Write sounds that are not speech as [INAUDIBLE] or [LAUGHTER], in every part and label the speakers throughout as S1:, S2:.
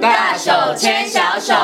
S1: 大手牵小手。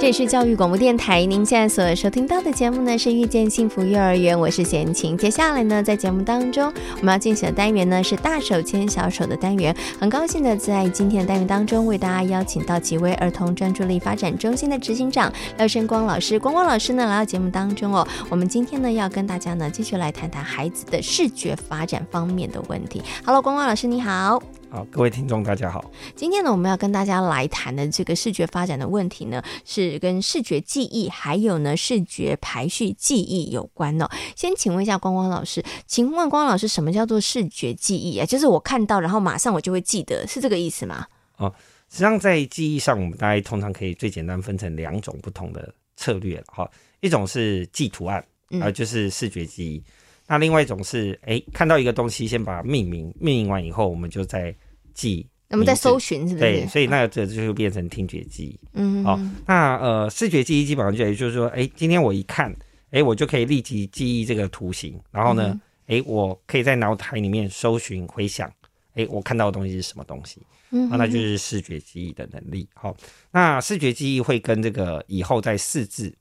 S2: 这里是教育广播电台，您现在所收听到的节目呢是《遇见幸福幼儿园》，我是贤琴。接下来呢，在节目当中我们要进行的单元呢是“大手牵小手”的单元。很高兴的在今天的单元当中，为大家邀请到几位儿童专注力发展中心的执行长廖胜光老师。光光老师呢来到节目当中哦，我们今天呢要跟大家呢继续来谈谈孩子的视觉发展方面的问题。Hello，光光老师你好。
S3: 好，各位听众大家好。
S2: 今天呢，我们要跟大家来谈的这个视觉发展的问题呢，是跟视觉记忆还有呢视觉排序记忆有关哦。先请问一下光光老师，请问光光老师，什么叫做视觉记忆啊？就是我看到，然后马上我就会记得，是这个意思吗？
S3: 实际上，在记忆上，我们大概通常可以最简单分成两种不同的策略了哈。一种是记图案，
S2: 嗯
S3: 啊、就是视觉记忆；那另外一种是，哎、看到一个东西，先把它命名，命名完以后，我们就再记。
S2: 我们在
S3: 名字
S2: 搜寻是不是？
S3: 对，所以那个这就变成听觉记忆。
S2: 嗯，
S3: 好那呃，视觉记忆基本上就也就是说，哎、今天我一看，哎、我就可以立即记忆这个图形，然后呢，
S2: 嗯
S3: 哎、我可以在脑海里面搜寻、回想，哎、我看到的东西是什么东西。
S2: 嗯
S3: 啊，那就是视觉记忆的能力。好、那视觉记忆会跟这个以后在识字，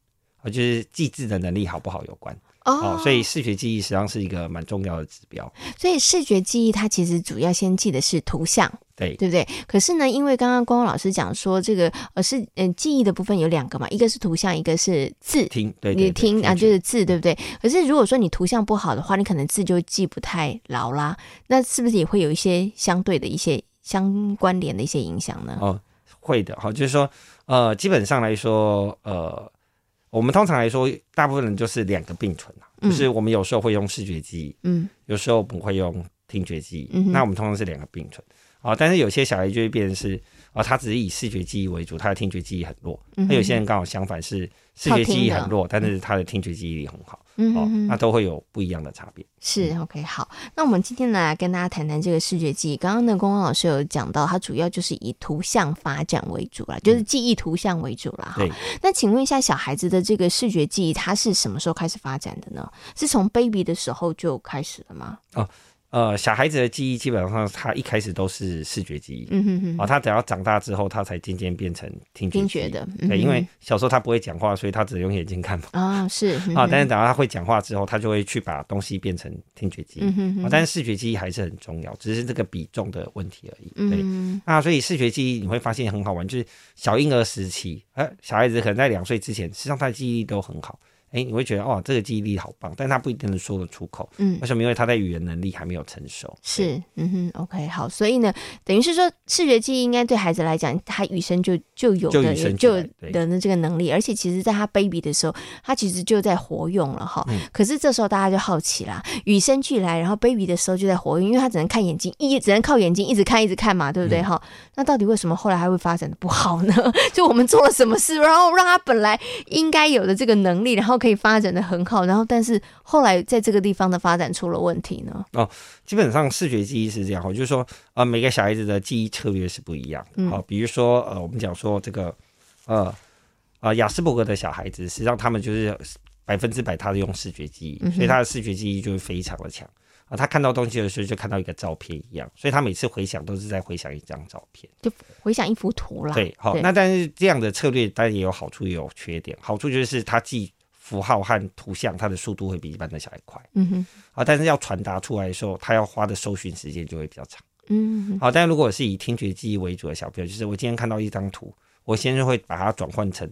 S3: 啊，就是记字的能力好不好有关。
S2: 哦
S3: 哦，，所以视觉记忆实际上是一个蛮重要的指标。
S2: 所以视觉记忆它其实主要先记的是图像。
S3: 对，
S2: 对不对？可是呢，因为刚刚光光老师讲说，这个呃是嗯、呃记忆的部分有两个嘛，一个是图像，一个是字。
S3: 听，对，对
S2: 你听啊，
S3: 觉
S2: 就是字，对不对？可是如果说你图像不好的话，你可能字就记不太牢啦。那是不是也会有一些相对的一些相关联的一些影响呢？
S3: 哦，会的。好、就是说，呃，基本上来说，呃，我们通常来说，大部分人就是两个并存啊，
S2: 嗯
S3: 就是我们有时候会用视觉记忆，
S2: 嗯
S3: 有时候我们会用听觉记忆，
S2: 嗯哼
S3: 那我们通常是两个并存。哦，但是有些小孩就会变成是，哦，他只是以视觉记忆为主，他的听觉记忆很弱。
S2: 嗯哼
S3: 那有些人刚好相反，是视
S2: 靠
S3: 觉
S2: 听
S3: 记忆
S2: 的
S3: 很弱，但是他的听觉记忆力很好。
S2: 嗯
S3: 哦
S2: 哼，哼
S3: 那嗯都会有不一样的差别。
S2: 是 OK，好，那我们今天呢来跟大家谈谈这个视觉记忆。刚刚呢，光光老师有讲到，它主要就是以图像发展为主啦，就是记忆图像为主啦。哈
S3: 嗯对，
S2: 那请问一下，小孩子的这个视觉记忆，它是什么时候开始发展的呢？是从 baby 的时候就开始了吗？
S3: 呃，小孩子的记忆基本上他一开始都是视觉记忆，
S2: 嗯哼哼，
S3: 哦，他等到长大之后，他才渐渐变成听觉
S2: 听
S3: 记
S2: 觉
S3: 忆。
S2: 的，
S3: 对，
S2: 嗯
S3: 因为小时候他不会讲话，所以他只用眼睛看嘛。
S2: 啊是
S3: 啊、但是
S2: 是
S3: 等到他会讲话之后，他就会去把东西变成听觉记忆。
S2: 嗯哼
S3: 哦
S2: 哼，
S3: 但是视觉记忆还是很重要，只是这个比重的问题而已。对，
S2: 嗯
S3: 那所以视觉记忆你会发现很好玩，就是小婴儿时期，呃，小孩子可能在两岁之前，实际上他的记忆力都很好。哎、你会觉得哦，这个记忆力好棒，但他不一定能说得出口。
S2: 嗯
S3: 为什么？因为他在语言能力还没有成熟。对，
S2: 是嗯哼 OK 好，所以呢，等于是说视觉记忆应该对孩子来讲，他与生就就有
S3: 就
S2: 的
S3: 与生俱
S2: 就
S3: 来对
S2: 的那这个能力，而且其实在他 baby 的时候，他其实就在活用了哈。
S3: 嗯
S2: 可是这时候大家就好奇啦，与生俱来，然后 baby 的时候就在活用，因为他只能看眼睛，一只能靠眼睛一直看一直看嘛，对不对
S3: 嗯
S2: 哈、那到底为什么后来还会发展的不好呢？ [LAUGHS] 就我们做了什么事，然后让他本来应该有的这个能力，然后可以发展的很好，然后但是后来在这个地方的发展出了问题呢？
S3: 基本上视觉记忆是这样，哦就是说，呃，每个小孩子的记忆策略是不一样
S2: 嗯
S3: 的。好、比如说，呃，我们讲说这个，呃，呃，雅斯伯格的小孩子，实际上他们就是百分之百他的用视觉记忆，
S2: 嗯哼
S3: 所以他的视觉记忆就会非常的强。啊、他看到东西的时候就看到一个照片一样，所以他每次回想都是在回想一张照片。
S2: 回想一幅图啦，
S3: 对，好、
S2: 对
S3: 那但是这样的策略当然也有好处，也有缺点。好处就是他记符号和图像，它的速度会比一般的小孩快。
S2: 嗯哼。
S3: 啊，但是要传达出来的时候，他要花的搜寻时间就会比较长。
S2: 嗯
S3: 好，但如果是以听觉记忆为主的小朋友，就是我今天看到一张图，我先是会把它转换成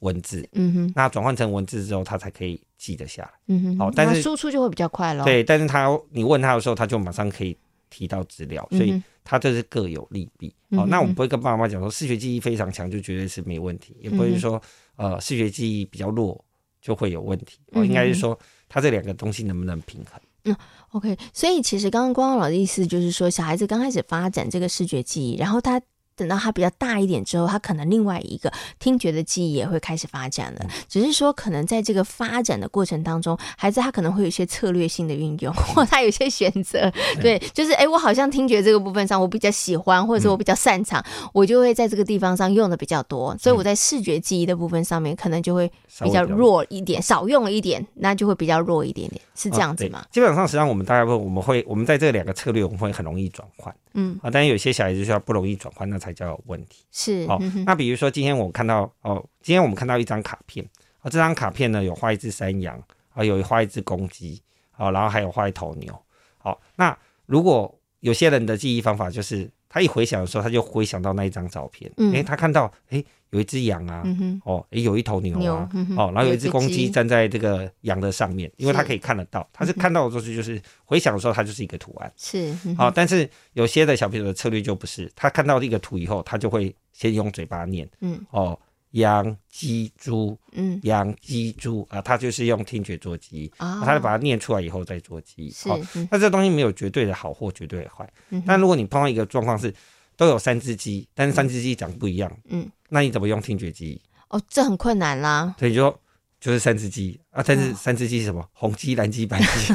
S3: 文字，
S2: 嗯哼，
S3: 那转换成文字之后，他才可以记得下来。
S2: 嗯哼，
S3: 好但是
S2: 那输出就会比较快咯。，
S3: 对，但是他你问他的时候，他就马上可以提到资料，所以
S2: 嗯哼
S3: 它这是各有利弊。
S2: 嗯
S3: 哦
S2: 哼，
S3: 那我们不会跟爸爸妈妈讲说视觉记忆非常强就绝对是没问题，也不
S2: 嗯
S3: 会说呃视觉记忆比较弱就会有问题。
S2: 嗯
S3: 哦，应该是说它这两个东西能不能平衡？
S2: OK，所以其实刚刚光光老师的意思就是说，小孩子刚开始发展这个视觉记忆，然后他等到他比较大一点之后，他可能另外一个听觉的记忆也会开始发展
S3: 嗯
S2: 了。只是说，可能在这个发展的过程当中，孩子他可能会有一些策略性的运用，
S3: 嗯
S2: 或他有一些选择。对，就是哎，诶我好像听觉这个部分上我比较喜欢，或者说
S3: 嗯
S2: 我比较擅长，我就会在这个地方上用的比较多。所以我在视觉记忆的部分上面，可能就会
S3: 嗯稍微
S2: 比较弱一点，少用了一点，那就会比较弱一点点，是这样子吗
S3: 啊？对基本上，实际上我们大概会，我们会，我们在这两个策略，我们会很容易转换。
S2: 嗯，
S3: 啊，当然有些小孩子就是要不容易转换，那才叫有问题。
S2: 是，
S3: 哦
S2: 嗯，哼
S3: 那比如说今天我看到，哦，今天我们看到一张卡片，啊，这张卡片呢有画一只山羊，啊，有画一只公鸡，啊，然后还有画一头牛。好、那如果有些人的记忆方法就是，他一回想的时候，他就回想到那一张照片，
S2: 嗯
S3: 诶，他看到，诶，有一只羊啊，
S2: 嗯哼，
S3: 哦，诶，有一头牛啊，
S2: 牛嗯哼
S3: 哦，然后有
S2: 有
S3: 一
S2: 一
S3: 只
S2: 只
S3: 公
S2: 鸡
S3: 鸡站在这个羊的上面，因为它可以看得到，它是嗯看到的时候就是回想的时候，它就是一个图案。
S2: 是，嗯
S3: 好、
S2: 哼
S3: 但是有些的小朋友的策略就不是，他看到一个图以后，他就会先用嘴巴念
S2: 嗯
S3: 哦，羊、鸡、猪、
S2: 嗯，
S3: 羊、鸡、猪啊，他就是用听觉做记忆，
S2: 啊
S3: 他就把它念出来以后再做记忆。
S2: 是
S3: 哦，
S2: 嗯
S3: 那这东西没有绝对的好或绝对的坏。
S2: 嗯哼
S3: 但如果你碰到一个状况是都有三只鸡，但是三只鸡长不一样，
S2: 嗯，
S3: 那你怎么用听觉记忆？
S2: 哦，这很困难啦。
S3: 所以就说就是三只鸡啊，但是
S2: 哦
S3: 三只鸡是什么？红鸡、蓝鸡、白
S2: [LAUGHS]
S3: 鸡。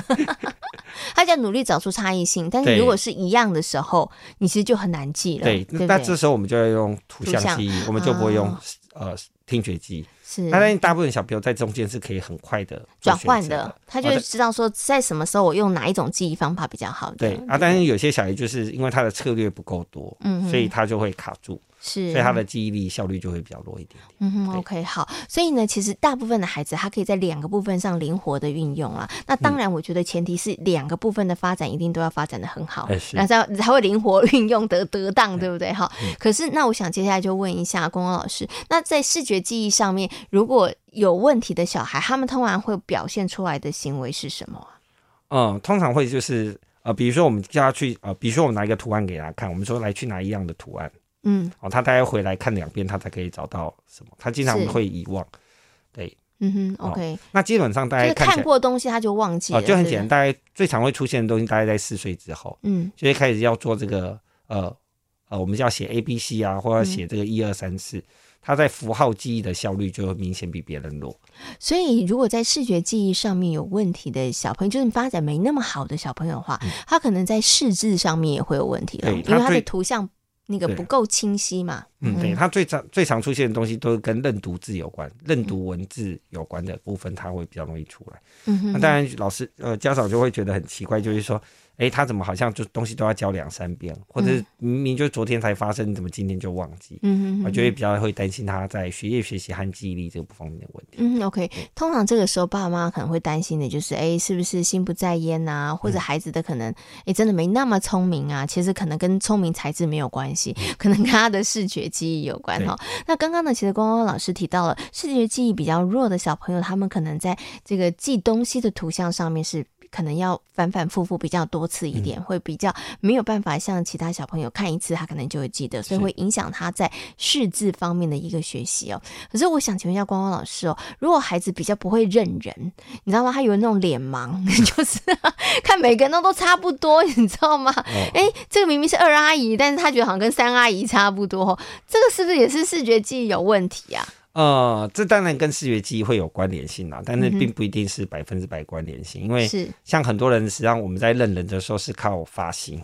S2: 他就要努力找出差异性，但是
S3: 对
S2: 如果是一样的时候，你其实就很难记了。
S3: 对，
S2: 对不
S3: 那这
S2: 对？
S3: 时候我们就要用图
S2: 图
S3: 像
S2: 像
S3: 记忆，我们就不会用
S2: 哦
S3: 呃听觉记忆。
S2: 是
S3: 啊那但是大部分小朋友在中间是可以很快的
S2: 转换
S3: 的
S2: 的，，他就会知道说在什么时候我用哪一种记忆方法比较好。
S3: 对
S2: 这样
S3: 啊。但是有些小孩就是因为他的策略不够多，
S2: 嗯哼
S3: 所以他就会卡住，
S2: 是，
S3: 所以他的记忆力效率就会比较弱一点点。
S2: 嗯哼
S3: 对
S2: ，OK，好，所以呢，其实大部分的孩子他可以在两个部分上灵活的运用啊。那
S3: 嗯
S2: 当然，我觉得前提是两个部分的发展一定都要发展的很好，
S3: 哎是哎嗯
S2: 然后才才会灵活运用得得当，对不对？哈、可是那我想接下来就问一下光光老师，那在视觉记忆上面，如果有问题的小孩，他们通常会表现出来的行为是什么啊？
S3: 嗯，通常会就是呃，比如说我们叫他去呃，比如说我们拿一个图案给他看，我们说来去拿一样的图案。
S2: 嗯
S3: 哦，他大概回来看两遍，他才可以找到什么。他经常
S2: 是
S3: 会遗忘。
S2: 嗯哼
S3: 哦
S2: ，OK，、
S3: 那基本上大
S2: 就是
S3: 概看起
S2: 看
S3: 来
S2: 过东西他就忘记
S3: 啊、
S2: 了，
S3: 就
S2: 对
S3: 很
S2: 不对
S3: 简单，。大概最常会出现的东西，大概在四岁之后，
S2: 嗯
S3: 就会开始要做这个呃呃，我们叫写 A B C 啊，或者写这个一二三四。他在符号记忆的效率就会明显比别人弱。
S2: 所以，如果在视觉记忆上面有问题的小朋友，就是发展没那么好的小朋友的话，他可能在视智上面也会有问题了，
S3: 嗯对
S2: 因
S3: 他
S2: 为他的
S3: 最
S2: 图像那个
S3: 对
S2: 不够清晰嘛。
S3: 嗯，对，他最常最常出现的东西都是跟认读字有关，认读文字有关的部分，他会比较容易出来。
S2: 嗯哼，
S3: 那当然，老师呃家长就会觉得很奇怪，就是说，诶，他怎么好像就东西都要教两三遍，或者是明明就昨天才发生，你怎么今天就忘记？
S2: 嗯哼，嗯哼
S3: 我就会比较会担心他在学业、学习和记忆力这个方面的问题。
S2: 嗯，OK。通常这个时候，爸妈可能会担心的就是，哎，是不是心不在焉啊？或者孩子的可能，哎，真的没那么聪明啊。其实可能跟聪明才智没有关系，可能跟他的视觉记忆有关哈。那刚刚呢，其实光光老师提到了视觉记忆比较弱的小朋友，他们可能在这个记东西的图像上面是。可能要反反复复比较多次一点，会比较没有办法像其他小朋友看一次，他可能就会记得，所以
S3: 是
S2: 会影响他在识字方面的一个学习哦。可是我想请问一下光光老师哦，如果孩子比较不会认人，你知道吗？他有那种脸盲， [LAUGHS] 就是、看每个人都都差不多，你知道吗？
S3: 哦
S2: 哎、这个明明是二阿姨，但是他觉得好像跟三阿姨差不多哦，这个是不是也是视觉记忆有问题啊？
S3: 呃，这当然跟视觉记忆会有关联性啦，但是
S2: 嗯哼
S3: 并不一定是百分之百关联性，因为
S2: 是，
S3: 像很多人实际上我们在认人的时候是靠发型，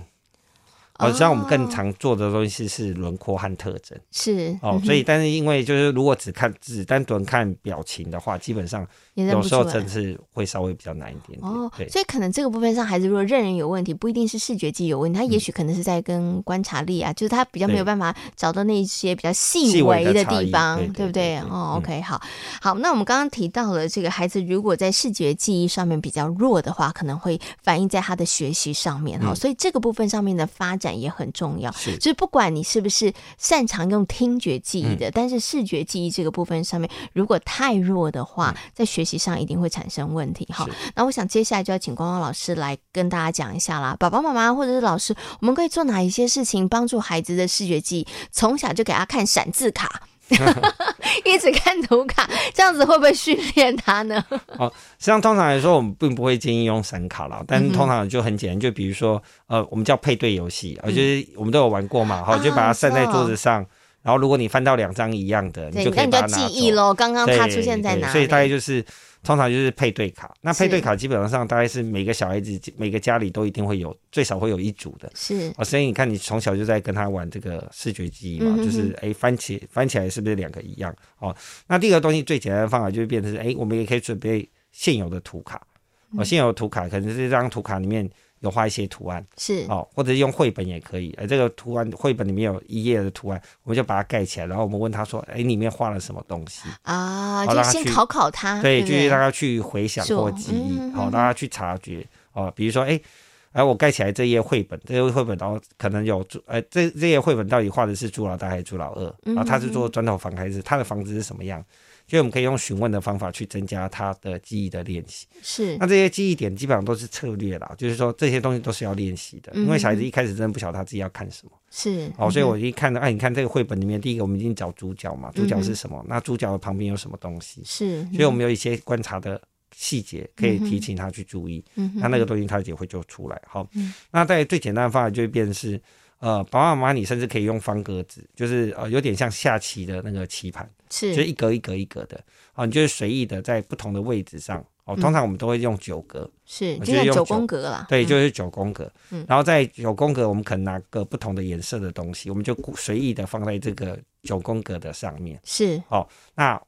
S2: 哦
S3: 哦，实际上我们更常做的东西是轮廓和特征。
S2: 是嗯
S3: 哦，所以但是因为就是如果只看只单纯看表情的话，基本上
S2: 也认
S3: 有
S2: 不
S3: 时
S2: 出
S3: 候
S2: 来
S3: 真是会稍微比较难一点点。
S2: 哦
S3: 对，，
S2: 所以可能这个部分上，孩子如果认人有问题，不一定是视觉记忆有问题，他也许可能是在跟观察力啊，就是他比较没有
S3: 嗯对
S2: 办法找到那些比较细
S3: 细微
S2: 微
S3: 的
S2: 的
S3: 差
S2: 地
S3: 异
S2: 方，
S3: 对对
S2: 不
S3: 对对
S2: 哦
S3: 嗯
S2: ，OK，好，好，那我们刚刚提到了这个孩子如果在视觉记忆上面比较弱的话，可能会反映在他的学习上面哈、
S3: 嗯
S2: 所以这个部分上面的发展也很重要。
S3: 是
S2: 就是不管你是不是擅长用听觉记
S3: 嗯
S2: 忆的，但是视觉记忆这个部分上面，如果太弱的话，在学习上一定会产生问题哈
S3: 嗯是。
S2: 那我想接下来就要请光光老师来跟大家讲一下啦，爸爸妈妈或者是老
S3: [LAUGHS]
S2: 师，我们可以做哪一些事情帮助孩子的视觉记忆，从小就给他看闪字卡。一直看图卡，这样子会不会训练他呢？
S3: 实际上，通常来说，我们并不会建议用闪卡啦，
S2: 嗯
S3: 但是通常就很简单，就比如说，呃，我们叫配对游戏，
S2: 嗯
S3: 呃，就是我们都有玩过嘛，
S2: 啊
S3: 好，就把它散在桌子上，然后如果你翻到两张一样的，你
S2: 对
S3: 就，可
S2: 那
S3: 以
S2: 你
S3: 把
S2: 就
S3: 它
S2: 记
S3: 拿
S2: 忆
S3: 走。
S2: 喽，刚刚
S3: 对
S2: 他出现在
S3: 对
S2: 哪里？
S3: 所以大概就是通常就是配对卡。那配对卡基本上大概是每个小孩子每个家里都一定会有，最少会有一组的。
S2: 是
S3: 哦，所以你看，你从小就在跟他玩这个视觉记忆嘛，
S2: 嗯哼哼
S3: 就是哎翻起翻起来是不是两个一样？哦，那第二个东西最简单的方法就是变成是哎，我们也可以准备现有的图卡，哦，
S2: 嗯
S3: 现有的图卡可能是这张图卡里面有画一些图案，
S2: 是，
S3: 哦，或者用绘本也可以，哎，这个图案绘本里面有一页的图案，我们就把它盖起来，然后我们问他说，哎，里面画了什么东西？
S2: 啊，
S3: 好
S2: 就
S3: 让他
S2: 先
S3: 去
S2: 考考他，啊
S3: 对，
S2: 不
S3: 就是让他去回想
S2: 是哦
S3: 或记忆
S2: 嗯，
S3: 好、
S2: 嗯
S3: 让他去察觉哦。比如说，哎，哎，我盖起来这页绘本，这页绘本，然后可能有猪，哎，这这页绘本到底画的是朱老大还是朱老二？
S2: 嗯
S3: 然后他是做砖头房还是他的房子是什么样？就我们可以用询问的方法去增加他的记忆的练习。
S2: 是
S3: 那这些记忆点基本上都是策略啦，就是说这些东西都是要练习
S2: 嗯
S3: 的，因为小孩子一开始真的不晓得他自己要看什么。
S2: 是，嗯
S3: 哦，所以我一看到，哎，你看这个绘本里面，第一个我们已经找主角
S2: 嗯
S3: 嘛，主角是什么？那主角的旁边有什么东西？
S2: 是，
S3: 所以我们有一些观察的细节可以提醒他去注意，
S2: 嗯哼嗯
S3: 那那个东西他也会就出来。好，那在最简单的方法就会变成是，呃，爸爸妈妈你甚至可以用方格子，就是呃有点像下棋的那个棋盘，就是是一格一格一格的，啊、你就是随意的在不同的位置上。
S2: 嗯
S3: 哦，通常我们都会用九格，
S2: 是，就
S3: 我觉得
S2: 像
S3: 用
S2: 九
S3: 九
S2: 宫格啦，嗯
S3: 对，就是九宫格。然后在九宫格，我们可能拿个不同的颜色的东西，我们就随意的放在这个九宫格的上面。
S2: 是
S3: 那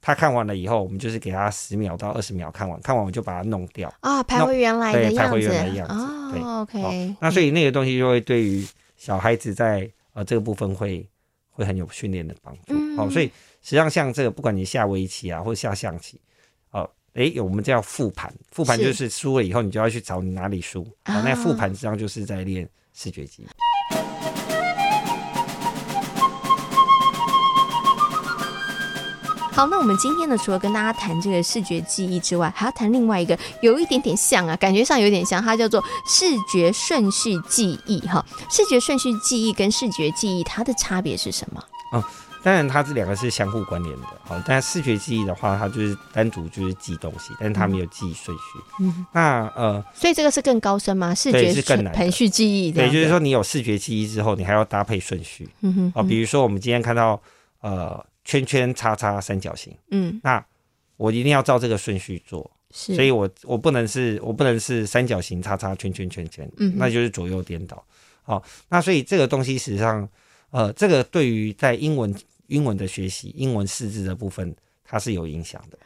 S3: 他看完了以后，我们就是给他十秒到二十秒看完，看完我就把它弄掉。
S2: 啊，
S3: 那
S2: 排回原来的
S3: 对
S2: 样
S3: 排
S2: 子，
S3: 回原来的样子对
S2: 哦，OK，
S3: 那所以那个东西就会对于小孩子在呃这个部分会会很有训练的帮助。
S2: 嗯
S3: 哦，所以实际上像这个，不管你下围棋啊，或下象棋，哦，诶，我们叫复盘，复盘
S2: 是
S3: 就是输了以后，你就要去找你哪里输。
S2: 啊
S3: 哦，那复盘实际上就是在练视觉记忆。
S2: 好，那我们今天呢，除了跟大家谈这个视觉记忆之外，还要谈另外一个有一点点像啊，感觉上有点像，它叫做视觉顺序记忆哈。视觉顺序记忆跟视觉记忆它的差别是什么？
S3: 当然，它这两个是相互关联的。好，但视觉记忆的话，它就是单独就是记东西，但是它没有记忆顺序。
S2: 嗯，
S3: 那呃，
S2: 所以这个是更高深吗？视
S3: 对
S2: 觉
S3: 是更
S2: 顺
S3: 难的
S2: 排序记忆这
S3: 对，
S2: 样
S3: 就是
S2: 子
S3: 说你有视觉记忆之后，你还要搭配顺序。
S2: 嗯哼
S3: 啊，比如说我们今天看到呃圈圈叉叉三角形，
S2: 嗯
S3: 那我一定要照这个顺序做，
S2: 是，
S3: 所以我我不能是我不能是三角形叉叉圈圈圈圈，
S2: 嗯哼
S3: 那就是左右颠倒。好、那所以这个东西实际上，呃，这个对于在英文英文的学习、英文识字的部分，它是有影响的。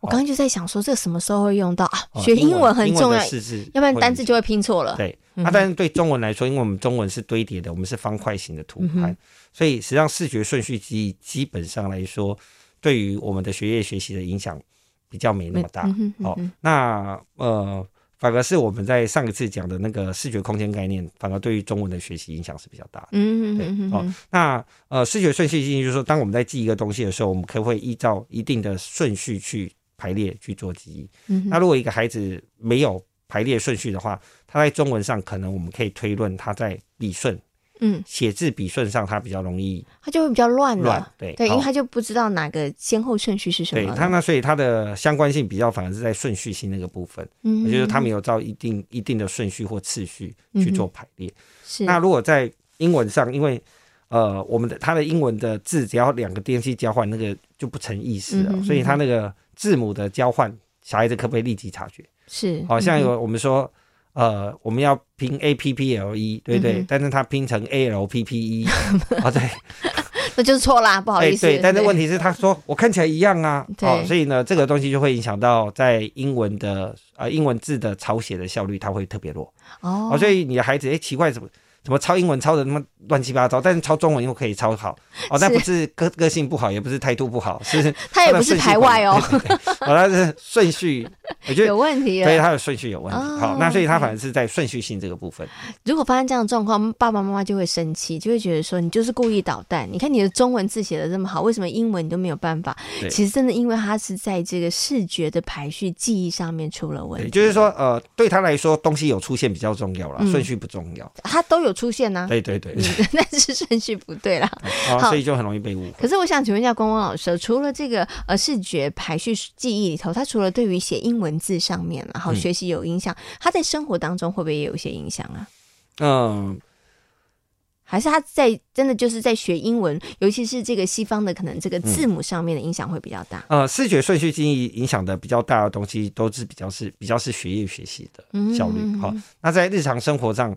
S2: 我刚刚就在想说，这什么时候会用到啊？
S3: 哦
S2: 学英文很重
S3: 英
S2: 要
S3: 文的，识字，
S2: 要不然单字就会拼错了。
S3: 对，
S2: 嗯
S3: 啊，但是对中文来说，因为我们中文是堆叠的，我们是方块型的图
S2: 嗯
S3: 盘，所以实际上视觉顺序记忆基本上来说，对于我们的学业学习的影响比较没那么大。
S2: 嗯哼嗯
S3: 哦
S2: 哼，
S3: 那呃，反而是我们在上一次讲的那个视觉空间概念，反而对于中文的学习影响是比较大的。
S2: 嗯
S3: 对
S2: 嗯嗯，
S3: 哦
S2: 嗯，
S3: 那呃，视觉顺序记忆就是说，当我们在记一个东西的时候，我们可不可以依照一定的顺序去排列去做记忆？
S2: 嗯哼
S3: 那如果一个孩子没有排列顺序的话，他在中文上可能我们可以推论他在笔顺
S2: 嗯，
S3: 写字笔顺上他比较容易
S2: 它就会比较乱
S3: 乱
S2: 了。，
S3: 对
S2: 对，因为
S3: 好
S2: 他就不知道哪个先后顺序是什
S3: 对
S2: 么了。
S3: 他那所以他的相关性比较反而是在顺序性那个部分，
S2: 嗯
S3: 也就是他没有照一定一定的顺序或次序去做排列。
S2: 是
S3: 那如果在英文上，因为呃，我们的他的英文的字只要两个电器交换，那个就不成意思了，
S2: 嗯哼
S3: 所以他那个字母的交换，小孩子可不可以立即察觉？
S2: 是
S3: 好像
S2: 嗯
S3: 有我们说，呃，我们要拼 A P P L E，对
S2: 嗯
S3: 不对
S2: 哼，
S3: 但是它拼成 A L P P E，啊，
S2: [LAUGHS]
S3: 对，
S2: [LAUGHS] 那就是错啦，不好
S3: 哎
S2: 意思。
S3: 对，但是问题是他说我看起来一样啊，哦
S2: 对，
S3: 所以呢，这个东西就会影响到在英文的呃英文字的抄写的效率，它会特别弱。
S2: 哦
S3: 哦，，所以你的孩子，哎，奇怪，怎么怎么抄英文抄的那么乱七八糟，但是抄中文又可以抄好，哦，那
S2: 是
S3: 不是个个性不好，也不是态度不好，是
S2: [LAUGHS] 他也不是排外哦，
S3: 它的顺序不好对对对哦，他是顺序，我觉得
S2: 有问题
S3: 所以啊
S2: 了。
S3: 它的顺序有问题。
S2: 哦
S3: 好，那所以它
S2: OK
S3: 反而是在顺序性这个部分。
S2: 如果发生这样的状况，爸爸妈妈就会生气，就会觉得说你就是故意捣蛋。你看你的中文字写的这么好，为什么英文你都没有办法？
S3: 对
S2: 其实真的因为他是在这个视觉的排序、记忆上面出了问
S3: 对，
S2: 题，
S3: 就是说，呃，对他来说，东西有出现比较重要啦，
S2: 嗯
S3: 顺序不重要。
S2: 他都有有出现呐、
S3: 对对对，
S2: 嗯， [LAUGHS] 但是顺序不对啦。
S3: 啊，
S2: 好
S3: 所以就很容易被误会。
S2: 可是我想请问一下光光老师，除了这个呃视觉排序记忆里头，他除了对于写英文字上面，然后
S3: 嗯
S2: 学习有影响，他在生活当中会不会也有一些影响啊？
S3: 嗯，
S2: 还是他在真的就是在学英文，尤其是这个西方的，可能这个字母上面的影响会比较大。
S3: 呃，视觉顺序记忆影响的比较大的东西，都是比较是比较是学业学习的
S2: 嗯
S3: 效率。好、那在日常生活上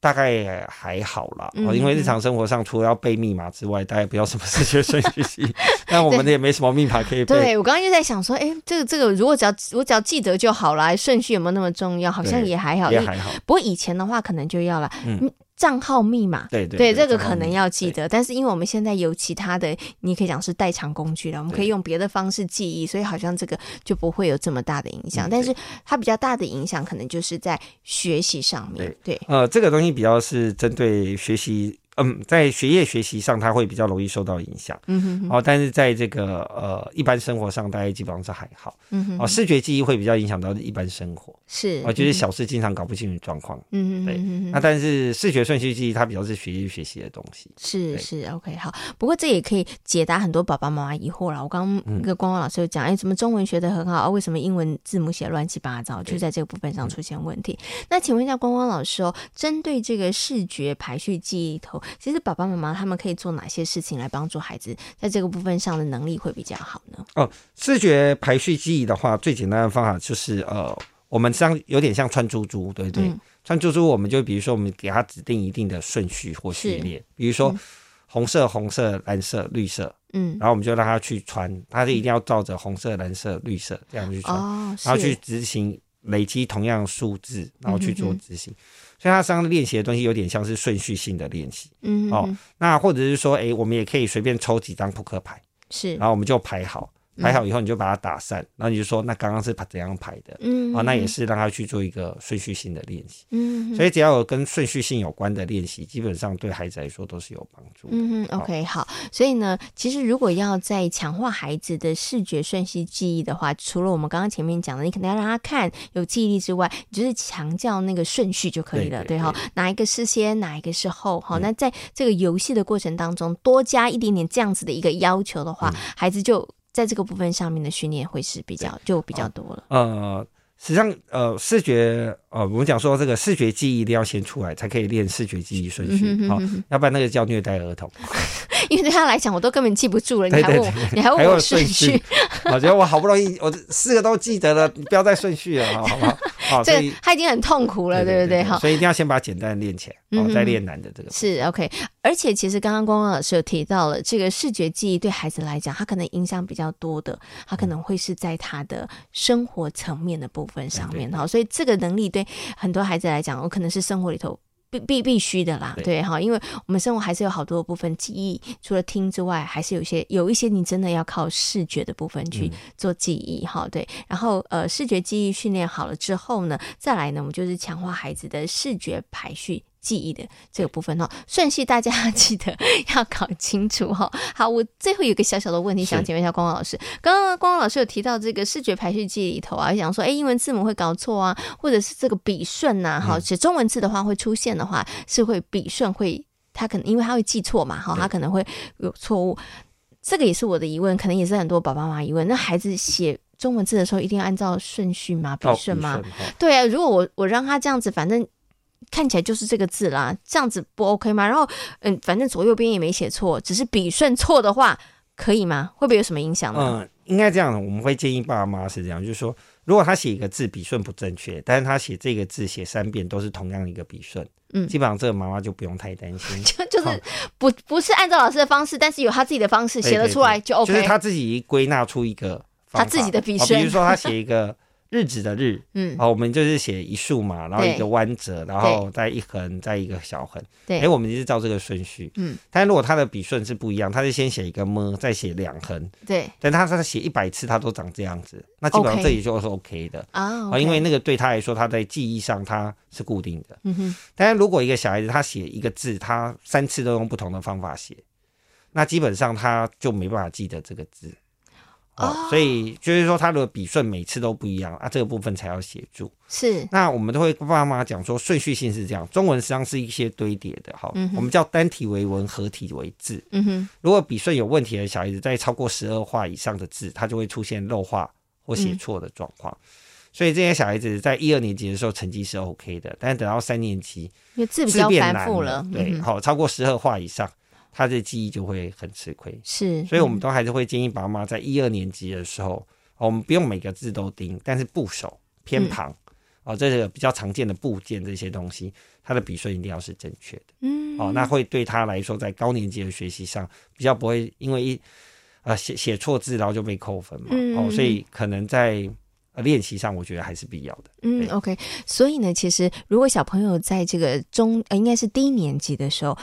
S3: 大概还好啦，
S2: 嗯
S3: 哦，因为日常生活上除了要背密码之外，大概不要什么视觉顺序
S2: [LAUGHS]
S3: 记忆。但我们也没什么密码可以背。
S2: 对，我刚刚就在想说，哎，这个这个，如果只要我只要记得就好啦，顺序有没有那么重要？好像
S3: 对
S2: 也还好。
S3: 也
S2: 因
S3: 还好，
S2: 不过以前的话，可能就要了
S3: 嗯，
S2: 嗯账号密码。
S3: 对对
S2: 对，
S3: 对
S2: 这个
S3: 账
S2: 可
S3: 号
S2: 能
S3: 密码
S2: 要记得，但是因为我们现在有其他的，你可以讲是代偿工具了，我们可以
S3: 对
S2: 用别的方式记忆，所以好像这个就不会有这么大的影响。
S3: 嗯
S2: 但是它比较大的影响，可能就是在学习上面。对，
S3: 呃，这个东西比较是针对学习，嗯，在学业学习上，它会比较容易受到影响。
S2: 嗯哼哼，
S3: 哦，但是在这个呃一般生活上，大概基本上是还好。
S2: 嗯哼
S3: 哦，
S2: 哼，
S3: 视觉记忆会比较影响到一般生活。
S2: 是，嗯
S3: 哦，就是小事经常搞不清楚状况。
S2: 嗯哼，嗯
S3: 对
S2: 哼哼哼
S3: 那但是视觉顺序记忆，它比较是学业学习的东西。
S2: 是
S3: 对
S2: 是，OK，好。不过这也可以解答很多爸爸妈妈疑惑了。我刚
S3: 嗯
S2: 刚跟光光老师有讲，哎、怎么中文学的很好，啊为什么英文字母写得乱七八糟，就
S3: 对嗯
S2: 在这个部分上出现问题？那请问一下光光老师哦，针对这个视觉排序记忆头，其实爸爸妈妈他们可以做哪些事情来帮助孩子在这个部分上的能力会比较好呢？
S3: 视觉排序记忆的话，最简单的方法就是呃，我们像有点像串珠珠，对不对？
S2: 嗯
S3: 串珠珠，我们就比如说我们给它指定一定的顺序或序列，比如说
S2: 嗯
S3: 红色、红色、蓝色、绿色，
S2: 嗯，
S3: 然后我们就让它去穿，它就一定要照着红色、蓝色、绿色这样去穿，
S2: 哦，是
S3: 然后去执行累积同样数字，然后去
S2: 嗯
S3: 做
S2: 哼
S3: 执行。所以它实际上练习的东西有点像是顺序性的练习。
S2: 嗯，
S3: 哦
S2: 嗯嗯
S3: 那或者是说，诶，我们也可以随便抽几张扑克牌。
S2: 是嗯
S3: 然，后我们就排好，排好以后你就把它打散，然后你就说那刚刚是怎样排的，
S2: 嗯，
S3: 哦，那也，是让他去做一个顺序性的练习。
S2: 嗯，
S3: 所以只要有跟顺序性有关的练习，基本上对孩子来说都是有帮助的。哦
S2: 嗯哼
S3: 好
S2: ，OK，好。所以呢，其实如果要在强化孩子的视觉顺序记忆的话，除了我们刚刚前面讲的，你可能要让他看有记忆力之外，你就是强调那个顺序就可以了，
S3: 对对嗯
S2: 哈
S3: 对。
S2: 哪一个是先，哪一个是后，好、那在这个游戏的过程当中，多加一点点这样子的一个要求的
S3: 嗯
S2: 话，孩子就在这个部分上面的训练会是比较就比较多了。 [LAUGHS]
S3: 呃，实际上，呃，视觉，呃，我们讲说这个视觉记忆一定要先出来，才可以练视觉记忆顺序，
S2: 嗯哼
S3: 好、
S2: 哼哼
S3: 要不然那个叫虐待儿童。
S2: 因为对他来讲，我都根本记不住了，你
S3: 对
S2: 还问我，你还
S3: 还
S2: 问
S3: 有
S2: 哦我顺
S3: 序
S2: 序，，
S3: 我觉得我好不容易，我四个都记得了，你不要再顺序了，
S2: [LAUGHS]
S3: 好不好？好，所
S2: 这
S3: 以
S2: 个他已经很痛苦了，对不对？好。
S3: 所以一定要先把简单的练起来，
S2: 嗯
S3: 哦
S2: 哼，
S3: 再练难的这个。
S2: 是 OK，而且其实刚刚光光老师有提到了，这个视觉记忆对孩子来讲，他可能影响比较多的，他可能会是在他的生活层面的部分上面哈，所以这个能力对很多孩子来讲，我哦可能是生活里头。必必必须的啦，
S3: 对
S2: 对哈，因为我们生活还是有好多的部分记忆，除了听之外，还是有一些有一些你真的要靠视觉的部分去
S3: 嗯
S2: 做记忆哈、对。然后呃，视觉记忆训练好了之后呢，再来呢，我们就是强化孩子的视觉排序记忆的这个部分哦。顺序大家 [LAUGHS] 要记得要搞清楚哈、哦。好，我最后有一个小小的问题
S3: 是
S2: 想请问一下光光老师，刚刚光光老师有提到这个视觉排序记忆里头啊，想说哎，英文字母会搞错啊，或者是这个笔顺呐、
S3: 嗯
S2: 哈，写中文字的话会出现的话，是会笔顺会。他可能因为他会记错嘛，哈，
S3: 对
S2: 他可能会有错误，这个也是我的疑问，可能也是很多爸爸妈妈疑问。那孩子写中文字的时候，一定要按照顺序吗？笔
S3: 哦
S2: 顺吗？？
S3: 笔哦
S2: 对啊，如果我我让他这样子，反正看起来就是这个字啦，这样子不 OK 吗？然后嗯，反正左右边也没写错，只是笔顺错的话，可以吗？会不会有什么影响呢？
S3: 嗯，应该这样，我们会建议爸妈是这样，就是说，如果他写一个字笔顺不正确，但是他写这个字写三遍都是同样一个笔顺，
S2: 嗯。
S3: 基本上这个妈妈就不用太担心
S2: [LAUGHS] 就就是
S3: 嗯好
S2: 不不是按照老师的方式，但是有他自己的方式
S3: 对
S2: 写得出来
S3: 对对
S2: 就 OK。
S3: 就是他自己归纳出一个方
S2: 他
S3: 法
S2: 自己的笔
S3: 哦
S2: 顺，
S3: 比如说他写一个日子的日
S2: [LAUGHS] 嗯，
S3: 好，我们就是写一竖嘛，然后
S2: 对
S3: 一个弯折，然后再一横，再一个小横。
S2: 对
S3: 哎，我们就是照这个顺序。
S2: 嗯，
S3: 但如果他的笔顺是不一样，他是先写一个么，再写两横，
S2: 对
S3: 但他他写一百次他都长这样子，那基本
S2: OK
S3: 上这里就是 OK 的。
S2: 啊
S3: 啊、
S2: ，OK，
S3: 因为那个对他来说，他在记忆上他是固定的。
S2: 嗯哼，
S3: 但是如果一个小孩子他写一个字，他三次都用不同的方法写，那基本上他就没办法记得这个字。哦，所以就是说他的笔顺每次都不一样啊，这个部分才要协助。
S2: 是，
S3: 那我们都会跟爸妈讲说，顺序性是这样，中文实际上是一些堆叠的哈，
S2: 嗯哼
S3: 我们叫单体为文，合体为字。
S2: 嗯哼，
S3: 如果笔顺有问题的小孩子，在超过十二画以上的字，他就会出现漏画或写
S2: 嗯
S3: 错的状况。所以这些小孩子在一二年级的时候成绩是 OK 的，但是等到三年级
S2: 因为字比
S3: 字
S2: 较
S3: 变
S2: 繁
S3: 难
S2: 复
S3: 了
S2: 了，
S3: 对，
S2: 嗯哼
S3: 好、超过十二画以上，他的记忆就会很吃亏。
S2: 是，
S3: 所以我们
S2: 嗯
S3: 都还是会建议爸妈在一二年级的时候，哦我们不用每个字都盯，但是部首、
S2: 嗯
S3: 偏旁，哦，这个比较常见的部件这些东西，它的笔顺一定要是正确的。
S2: 嗯，
S3: 哦，那会对他来说，在高年级的学习上比较不会因为一呃写写错字，然后就被扣分嘛。
S2: 嗯
S3: 哦，所以可能在呃练习上，我觉得还是必要的。
S2: 嗯
S3: 对
S2: ，OK，所以呢，其实如果小朋友在这个中，呃，应该是低年级的时候，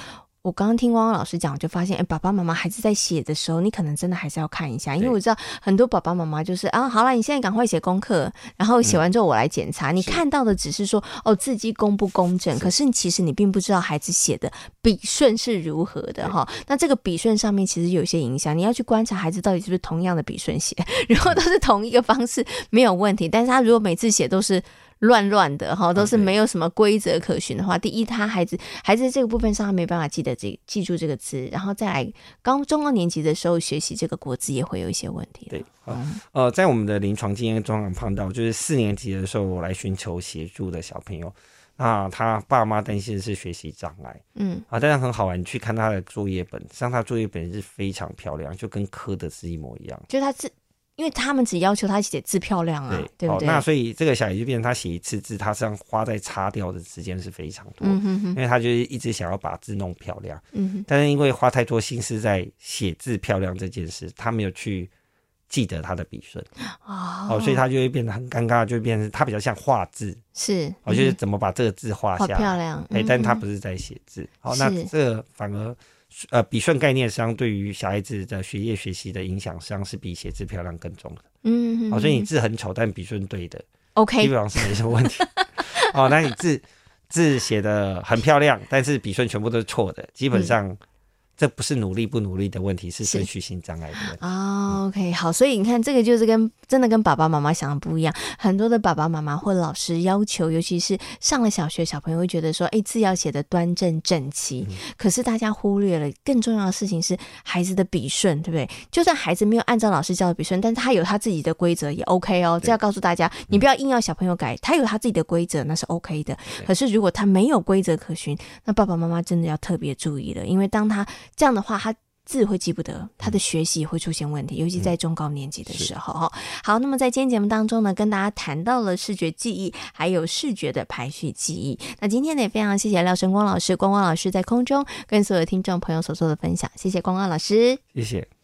S2: 我刚刚听汪汪老师讲，我就发现，哎，爸爸妈妈孩子在写的时候，你可能真的还是要看一下，因为
S3: 对
S2: 我知道很多爸爸妈妈就是啊，好了，你现在赶快写功课，然后写完之后我来检查，你
S3: 嗯是
S2: 看到的只是说哦字迹公不公正，可是其实你并不知道孩子写的笔顺是如何的哈。那这个笔顺上面其实有一些影响，你要去观察孩子到底是不是同样的笔顺写， [LAUGHS] 然后都是同一个方式没有问题，但是他如果每次写都是。乱乱的哈，都是
S3: 哦对
S2: 没有什么规则可循的话，第一，他孩子孩子在这个部分上他没办法记得这记住这个字，然后再来刚中二年级的时候学习这个国字也会有一些问题了。
S3: 对，啊呃，在我们的临床经验中，碰到就是四年级的时候，我来寻求协助的小朋友，那他爸妈担心的是学习障碍
S2: 嗯
S3: 啊，但是很好玩，你去看他的作业本，像他作业本是非常漂亮，就跟科的是一模一样。
S2: 就是他字，因为他们只要求他写字漂亮啊，对
S3: 哦
S2: 不，对？
S3: 那所以这个小孩就变成他写一次字，他身上花在擦掉的时间是非常多的。
S2: 嗯哼哼，
S3: 因为他就是一直想要把字弄漂亮，
S2: 嗯哼，
S3: 但是因为花太多心思在写字漂亮这件事，他没有去记得他的笔顺
S2: 哦
S3: 哦，所以他就会变得很尴尬，就会变成他比较像画字，
S2: 是，
S3: 哦，就是
S2: 嗯
S3: 怎么把这个字画
S2: 好
S3: 下
S2: 漂
S3: 来，
S2: 亮，
S3: 哎、
S2: 嗯
S3: 但他
S2: 嗯
S3: 不是在写字，哦，那
S2: 是
S3: 这个反而呃笔顺概念相对于小孩子的学业学习的影响上是比写字漂亮更重的，
S2: 嗯，
S3: 哦，所以你
S2: 嗯嗯
S3: 字很丑，但笔顺对的，基
S2: OK
S3: 本上是没什么问
S2: [LAUGHS]
S3: 题。哦，那你字字写的很漂亮，但是笔顺全部都是错的，基
S2: 嗯
S3: 本上、这不是努力不努力的问题，是顺序性障碍的问题。
S2: 啊、o k 好，所以你看，这个就是跟真的跟爸爸妈妈想的不一样。很多的爸爸妈妈或老师要求，尤其是上了小学，小朋友会觉得说，哎，字要写的端正整齐。可是大家忽略了更重要的事情是孩子的笔顺，对不对？就算孩子没有按照老师教的笔顺，但是他有他自己的规则也 OK 哦。这要告诉大家，你不要硬要小朋友改，他有他自己的规则，那是 OK 的。可是如果他没有规则可循，那爸爸妈妈真的要特别注意了，因为当他这样的话，他字会记不得，他的学习会出现问题，尤其在中高年级的时候哈。好，那么在今天节目当中呢，跟大家谈到了视觉记忆，还有视觉的排序记忆。那今天呢，也非常谢谢廖晨光老师，光光老师在空中跟所有听众朋友所做的分享，谢谢光光老师。
S3: 谢谢。